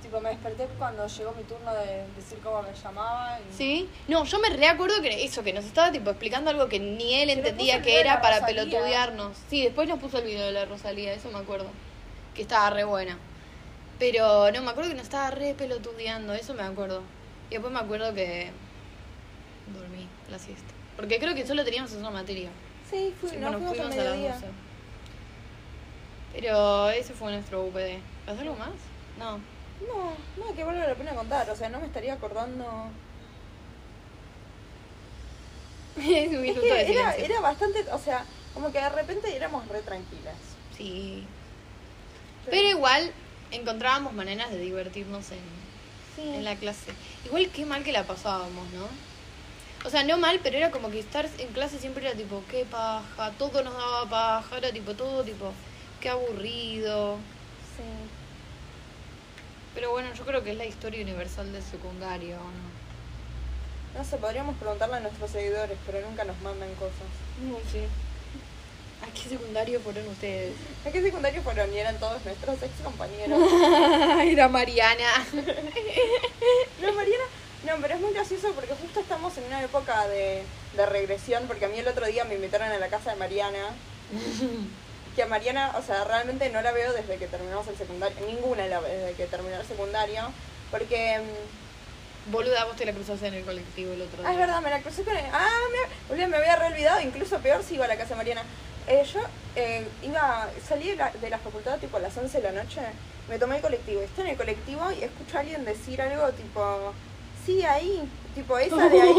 Speaker 3: Tipo, me desperté cuando llegó mi turno de decir cómo me llamaba. Y...
Speaker 1: ¿Sí? No, yo me reacuerdo que eso, que nos estaba tipo explicando algo que ni él
Speaker 3: Que nos puso
Speaker 1: entendía
Speaker 3: el
Speaker 1: que
Speaker 3: video de
Speaker 1: era
Speaker 3: la
Speaker 1: para
Speaker 3: Rosalía.
Speaker 1: pelotudearnos. Sí, después nos puso el video de la Rosalía, eso me acuerdo. Que estaba re buena. Pero no, me acuerdo que nos estaba re pelotudeando, eso me acuerdo. Y después me acuerdo que dormí la siesta. Porque creo que solo teníamos esa materia.
Speaker 5: Sí, fui,
Speaker 1: Sí,
Speaker 5: no
Speaker 1: bueno,
Speaker 5: fuimos al
Speaker 1: fuimos a las
Speaker 5: mediodía.
Speaker 1: 12. Pero ese fue nuestro UPD. ¿Pasó algo más?
Speaker 3: [LAUGHS]
Speaker 1: No.
Speaker 2: No, no, que vale la pena contar. O sea, no me estaría acordando.
Speaker 1: es un
Speaker 2: Es
Speaker 1: minuto de
Speaker 2: que era,
Speaker 1: silencio.
Speaker 2: era bastante. O sea, como que de repente éramos re tranquilas.
Speaker 1: Sí. Pero igual encontrábamos maneras de divertirnos en, en la clase. Igual qué mal que la pasábamos, ¿no? O sea, no mal, pero era como que estar en clase siempre era tipo, qué paja, todo nos daba paja, era tipo todo, tipo, qué aburrido.
Speaker 2: Sí.
Speaker 1: Pero bueno, yo creo que es la historia universal del secundario, ¿o ¿no?
Speaker 2: No sé, podríamos preguntarle a nuestros seguidores, pero nunca nos mandan cosas.
Speaker 1: No sé. ¿A qué secundario fueron ustedes?
Speaker 2: ¿A qué secundario fueron? Y eran todos nuestros ex compañeros.
Speaker 1: [LAUGHS] era Mariana.
Speaker 2: No, Mariana, no, pero es muy gracioso porque justo estamos en una época de, de regresión, porque a mí el otro día me invitaron a la casa de Mariana. Que a Mariana, o sea, realmente no la veo desde que terminamos el secundario, ninguna la veo desde que terminó el secundario, porque... mm,
Speaker 1: Boluda, vos te la cruzaste en el colectivo el otro día.
Speaker 2: Ah, es verdad, me la crucé con... el- Ah, me, boludo, me había re olvidado, incluso peor si iba a la casa de Mariana. Eh, yo eh, iba, salí de la, de la facultad tipo a las 11 de la noche, me tomé el colectivo, estoy en el colectivo y escucho a alguien decir algo tipo, sí, ahí, tipo esa de ahí,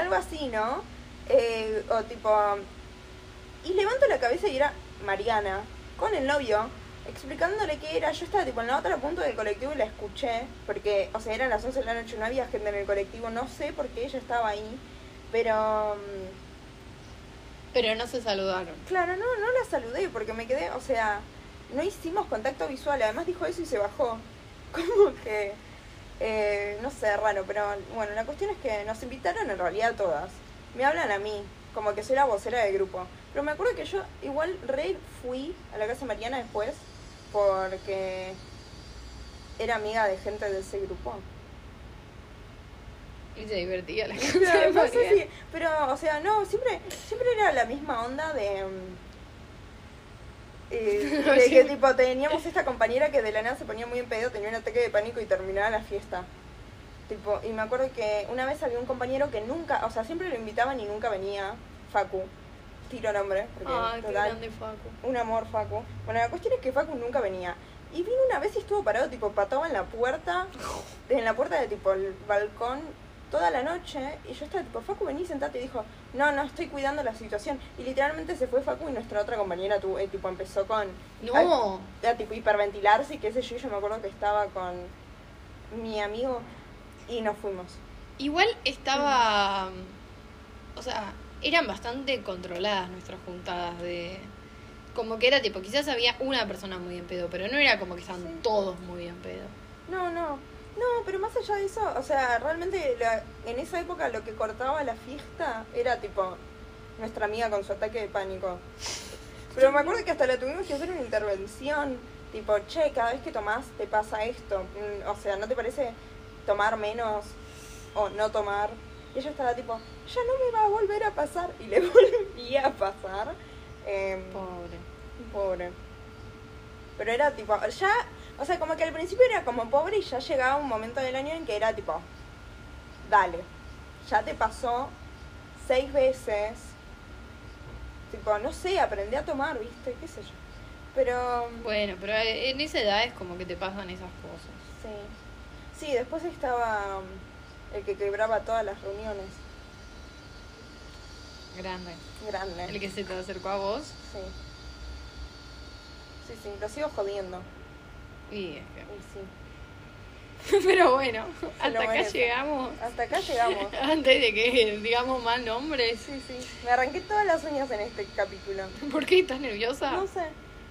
Speaker 2: algo así, ¿no? Eh, o tipo, y levanto la cabeza y era Mariana, con el novio, explicándole qué era. Yo estaba tipo en la otra punta del colectivo y la escuché, porque, o sea, eran las 11 de la noche, no había gente en el colectivo, no sé por qué ella estaba ahí, pero... mm,
Speaker 1: Pero no se saludaron.
Speaker 2: Claro, no, no la saludé porque me quedé, o sea, no hicimos contacto visual, además dijo eso y se bajó. [LAUGHS] Como que, eh, no sé, raro, pero bueno, la cuestión es que nos invitaron en realidad todas. Me hablan a mí, como que soy la vocera del grupo. Pero me acuerdo que yo igual re fui a la casa de Mariana después porque era amiga de gente de ese grupo.
Speaker 1: Y se divertía
Speaker 2: [LAUGHS]
Speaker 1: la [LAUGHS]
Speaker 2: O sea,
Speaker 1: gente.
Speaker 2: no sé si- pero, o sea, no, siempre, siempre era la misma onda de. mm,
Speaker 1: [LAUGHS]
Speaker 2: eh, de que tipo teníamos esta compañera que de la nada se ponía muy en pedo, tenía un ataque de pánico y terminaba la fiesta. Tipo, y me acuerdo que una vez había un compañero que nunca, o sea, siempre lo invitaban y nunca venía, Facu. Tiro nombre, porque
Speaker 1: Ay, qué
Speaker 2: total,
Speaker 1: grande Facu.
Speaker 2: un amor Facu. Bueno, la cuestión es que Facu nunca venía. Y vino una vez y estuvo parado, tipo, pataba en la puerta, en la puerta de tipo el balcón, toda la noche. Y yo estaba tipo, Facu, vení, sentate. Y dijo, no, no, estoy cuidando la situación. Y literalmente se fue Facu y nuestra otra compañera, tu- eh, tipo, empezó con...
Speaker 1: No.
Speaker 2: A, a, tipo, hiperventilarse y qué sé yo. Y Yo me acuerdo que estaba con mi amigo y nos fuimos.
Speaker 1: Igual estaba. O sea, eran bastante controladas nuestras juntadas de. Como que era tipo, quizás había una persona muy en pedo, pero no era como que estaban todos muy en pedo.
Speaker 2: No, no. No, pero más allá de eso, o sea, realmente la- en esa época lo que cortaba la fiesta era tipo nuestra amiga con su ataque de pánico. Pero me acuerdo que hasta la tuvimos que hacer una intervención, tipo, che, cada vez que tomás te pasa esto. Mm, O sea, ¿no te parece tomar menos o no tomar? Y ella estaba tipo, ya no me va a volver a pasar. Y le [LAUGHS] volvía a pasar. Em,
Speaker 1: Pobre.
Speaker 2: Pobre. Pero era tipo, ya, o sea, como que al principio era como pobre y ya llegaba un momento del año en que era tipo, dale, ya te pasó seis veces. Tipo, no sé, aprendí a tomar, viste, qué sé yo. Pero,
Speaker 1: Bueno, pero en esa edad es como que te pasan esas cosas.
Speaker 2: sí. Sí, después estaba mm, el que quebraba todas las reuniones.
Speaker 1: Grande.
Speaker 2: Grande.
Speaker 1: El que se te acercó a vos.
Speaker 2: Sí. Sí, sí, lo sigo jodiendo.
Speaker 1: Y es que- [LAUGHS]
Speaker 2: Y sí.
Speaker 1: Pero bueno, hasta acá
Speaker 2: merece.
Speaker 1: llegamos.
Speaker 2: Hasta acá llegamos.
Speaker 1: Antes de que digamos mal nombres.
Speaker 2: Sí, sí. Me arranqué todas las uñas en este capítulo.
Speaker 1: ¿Por qué estás nerviosa?
Speaker 2: No sé.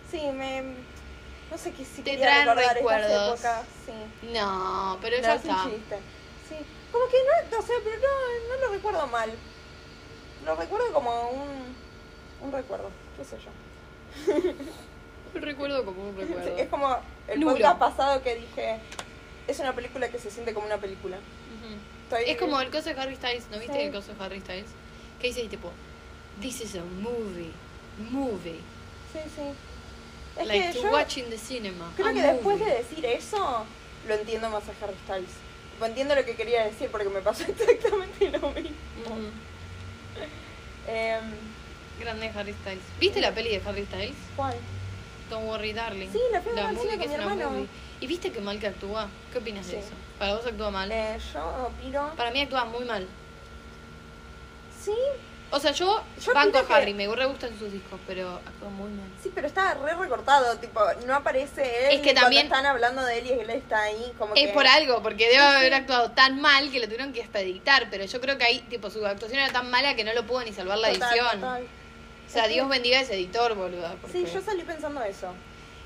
Speaker 2: Sí, me. No sé qué si
Speaker 1: Ah. Te
Speaker 2: quería
Speaker 1: traen
Speaker 2: recordar
Speaker 1: recuerdos.
Speaker 2: estas épocas. Sí.
Speaker 1: No, pero
Speaker 2: No,
Speaker 1: ya
Speaker 2: es un
Speaker 1: está.
Speaker 2: chiste. Sí. Como que no, no sé, pero no, no lo recuerdo mal. Lo recuerdo como un. Un recuerdo, qué sé yo.
Speaker 1: Un recuerdo
Speaker 2: [LAUGHS]
Speaker 1: como un recuerdo.
Speaker 2: Es como el
Speaker 1: Nulo.
Speaker 2: podcast pasado que dije. Es una película que se siente como una película.
Speaker 1: Ujú.
Speaker 2: Estoy-
Speaker 1: Es como el coso de Harry Styles, ¿no viste
Speaker 2: Sí.
Speaker 1: el coso de Harry Styles? Que dice tipo, this is a movie, movie,
Speaker 2: Sí, sí. Es
Speaker 1: like
Speaker 2: que
Speaker 1: to
Speaker 2: yo.
Speaker 1: watch in the cinema.
Speaker 2: Creo
Speaker 1: a
Speaker 2: que después de
Speaker 1: movie".
Speaker 2: decir eso, lo entiendo más a Harry Styles. Tipo, entiendo lo que quería [LAUGHS] decir porque me pasó exactamente lo mismo.
Speaker 1: Ujú.
Speaker 2: Em,
Speaker 1: Grande Harry Styles. ¿Viste la peli de Harry Styles?
Speaker 4: ¿Cuál?
Speaker 1: Don't Worry Darling.
Speaker 4: Sí, la fui a ver al
Speaker 1: movie,
Speaker 4: cine
Speaker 1: que
Speaker 4: con
Speaker 1: es
Speaker 4: mi
Speaker 1: una
Speaker 4: hermano.
Speaker 1: movie. ¿Y viste que mal que actúa? ¿Qué opinas de
Speaker 4: Sí.
Speaker 1: eso? ¿Para vos actúa mal?
Speaker 2: Eh, yo opino.
Speaker 1: Para mí actúa muy mal.
Speaker 4: Sí,
Speaker 1: O sea, yo,
Speaker 2: Yo
Speaker 1: banco
Speaker 2: opino que-
Speaker 1: a Harry, me re gustan sus discos, pero actúa muy mal.
Speaker 2: Sí, pero está re recortado, tipo, no aparece él.
Speaker 1: Es que
Speaker 2: cuando
Speaker 1: también-
Speaker 2: están hablando de él y él está ahí, como que.
Speaker 1: Es por algo, porque debe haber actuado tan mal que lo tuvieron que hasta editar, pero yo creo que ahí, tipo, su actuación era tan mala que no lo pudo ni salvar la
Speaker 2: Total,
Speaker 1: edición.
Speaker 2: total.
Speaker 1: O sea, Dios bendiga a ese editor, boludo.
Speaker 2: Sí, yo salí pensando eso.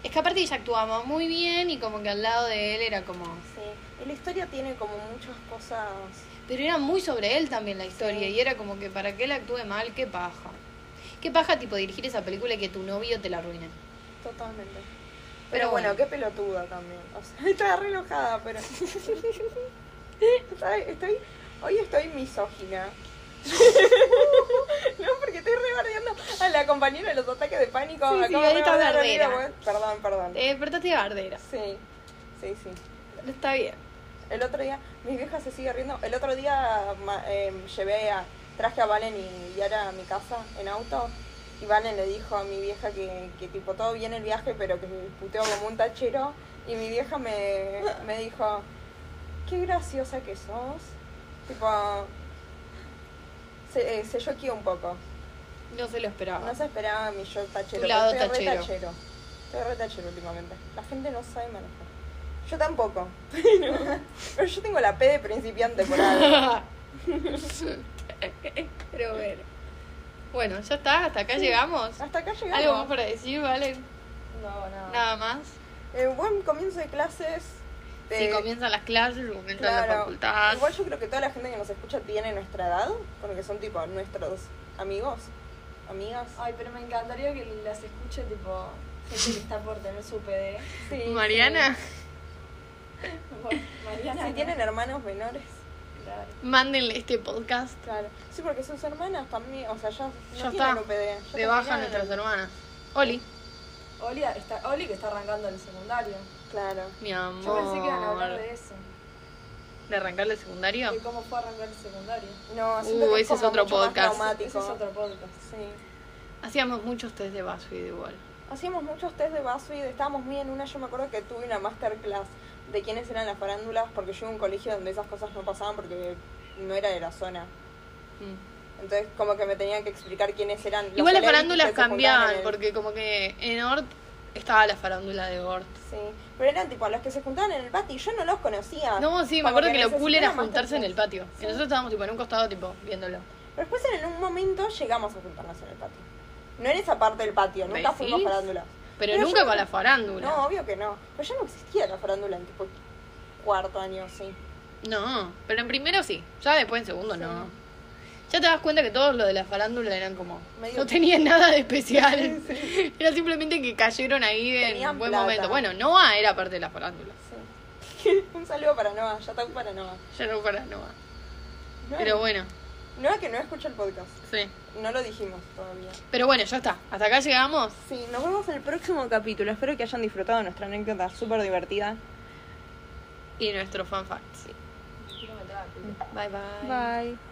Speaker 1: Es que aparte ella actuaba muy bien y como que al lado de él era como...
Speaker 2: Sí. Y La historia tiene como muchas cosas.
Speaker 1: Pero era muy sobre él también la historia y era como que para que él actúe mal, qué paja. Qué paja, tipo, dirigir esa película y que tu novio te la arruine.
Speaker 2: Totalmente. Pero,
Speaker 1: Pero
Speaker 2: bueno,
Speaker 1: bueno.
Speaker 2: qué pelotuda también. O sea, [LAUGHS] estaba re enojada, pero. [LAUGHS] Estoy- estoy- hoy estoy misógina. [LAUGHS] no, porque estoy rebardeando a la compañera de los ataques de pánico.
Speaker 1: Sí, sí,
Speaker 2: Acabo
Speaker 1: ahí Eh.
Speaker 2: de
Speaker 1: estás
Speaker 2: rebardear a
Speaker 1: bardera.
Speaker 2: Mira, bueno, Perdón, perdón.
Speaker 1: Te despertaste de bardera.
Speaker 2: Sí, sí, sí.
Speaker 1: Está bien.
Speaker 2: El otro día, mi vieja se sigue riendo. El otro día ma- eh, llevé a, traje a Valen y Yara a mi casa en auto. Y Valen le dijo a mi vieja que, que tipo todo bien el viaje, pero que me puteó como un tachero. Y mi vieja me, me dijo, qué graciosa que sos. Tipo, se, eh, se choqueó un poco.
Speaker 1: No se lo esperaba.
Speaker 2: No se esperaba mi yo tachero.
Speaker 1: Tu lado
Speaker 2: pero estoy
Speaker 1: tachero.
Speaker 2: Re tachero. Estoy re tachero últimamente. La gente no sabe manejar. Yo tampoco. [LAUGHS] Pero, pero yo tengo la P de principiante
Speaker 1: [LAUGHS]
Speaker 2: por algo.
Speaker 1: Pero bueno. Bueno, ya está, hasta acá llegamos.
Speaker 2: Hasta acá
Speaker 1: ¿Algo más
Speaker 2: llegamos.
Speaker 1: para decir, vale?
Speaker 3: No, nada.
Speaker 1: Nada más.
Speaker 2: Eh, buen comienzo de clases.
Speaker 1: Si
Speaker 2: Eh,
Speaker 1: comienzan las clases, comienzan la
Speaker 2: claro.
Speaker 1: facultad.
Speaker 2: Igual yo creo que toda la gente que nos escucha tiene nuestra edad, porque son tipo nuestros amigos, amigas.
Speaker 3: Ay, pero me encantaría que las escuche tipo gente que está por tener su PD.
Speaker 2: Sí,
Speaker 1: Mariana,
Speaker 3: Bueno,
Speaker 2: sí.
Speaker 3: Mariana.
Speaker 2: Si
Speaker 3: no.
Speaker 2: tienen hermanos menores.
Speaker 3: Claro.
Speaker 1: mándenle este podcast
Speaker 2: Claro. Sí, porque sus hermanas también, o sea, ya, no
Speaker 1: Ya
Speaker 2: tienen
Speaker 1: está.
Speaker 2: UPD, ya
Speaker 1: de baja a
Speaker 2: terminaron.
Speaker 1: nuestras hermanas. Oli,
Speaker 3: Oli, está, Oli que está arrancando el secundario.
Speaker 2: Claro.
Speaker 1: mi
Speaker 3: Yo
Speaker 1: amor.
Speaker 3: pensé que iban a hablar de eso.
Speaker 1: ¿De arrancarle secundario?
Speaker 3: De cómo fue arrancar el secundario.
Speaker 2: No, siento
Speaker 1: Uh,
Speaker 2: que
Speaker 1: ese es
Speaker 2: como
Speaker 1: otro
Speaker 2: mucho más
Speaker 1: podcast.
Speaker 2: traumático.
Speaker 3: Ese es otro podcast.
Speaker 2: Sí.
Speaker 1: Hacíamos muchos test de BuzzFeed igual.
Speaker 2: Hacíamos muchos test de BuzzFeed, estábamos muy en una, yo me acuerdo que tuve una masterclass de quiénes eran las farándulas, porque yo iba a un colegio donde esas cosas no pasaban porque no era de la zona.
Speaker 1: Mm.
Speaker 2: Entonces como que me tenían que explicar quiénes eran. los
Speaker 1: Igual las
Speaker 2: celebrities
Speaker 1: farándulas
Speaker 2: que se juntaban en
Speaker 1: cambiaban,
Speaker 2: el-
Speaker 1: porque como que en Ort estaba la farándula de Ort.
Speaker 2: Sí, pero eran tipo los que se juntaban en el patio y yo no los conocía.
Speaker 1: No, sí,
Speaker 2: Como
Speaker 1: me acuerdo que, lo cool
Speaker 2: necesité
Speaker 1: era
Speaker 2: una
Speaker 1: juntarse en el
Speaker 2: masterclass.
Speaker 1: patio. Que nosotros estábamos tipo en un costado tipo viéndolo.
Speaker 2: Pero después en un momento llegamos a juntarnos en el patio. No en esa parte del patio, nunca fuimos
Speaker 1: ¿Decís?
Speaker 2: farándulas.
Speaker 1: Pero,
Speaker 2: Pero
Speaker 1: nunca
Speaker 2: yo-
Speaker 1: con la farándula.
Speaker 2: No, obvio que no. Pero ya no existía la farándula en tipo cuarto año, sí.
Speaker 1: No, pero en primero sí, ya después en segundo no. Ya te das cuenta que todos los de la farándula eran como...
Speaker 2: Medio-
Speaker 1: No tenían nada de especial. [LAUGHS] Era simplemente que cayeron ahí en
Speaker 2: Tenían
Speaker 1: un buen
Speaker 2: plata.
Speaker 1: momento. Bueno, Noah era parte de la farándula.
Speaker 2: sí. [LAUGHS] un saludo para Noah, ya está para Noah.
Speaker 1: Ya no para Noah.
Speaker 2: Noah-
Speaker 1: Pero bueno,
Speaker 2: Noah que no escucha el podcast.
Speaker 1: sí.
Speaker 2: No lo dijimos todavía.
Speaker 1: Pero bueno, ya está. Hasta acá llegamos.
Speaker 2: Sí, nos vemos en el próximo capítulo. Espero que hayan disfrutado nuestra anécdota súper divertida.
Speaker 1: Y nuestro fan fact.
Speaker 3: Quiero meter a
Speaker 1: Bye
Speaker 3: la pila.
Speaker 1: bye.
Speaker 2: Bye.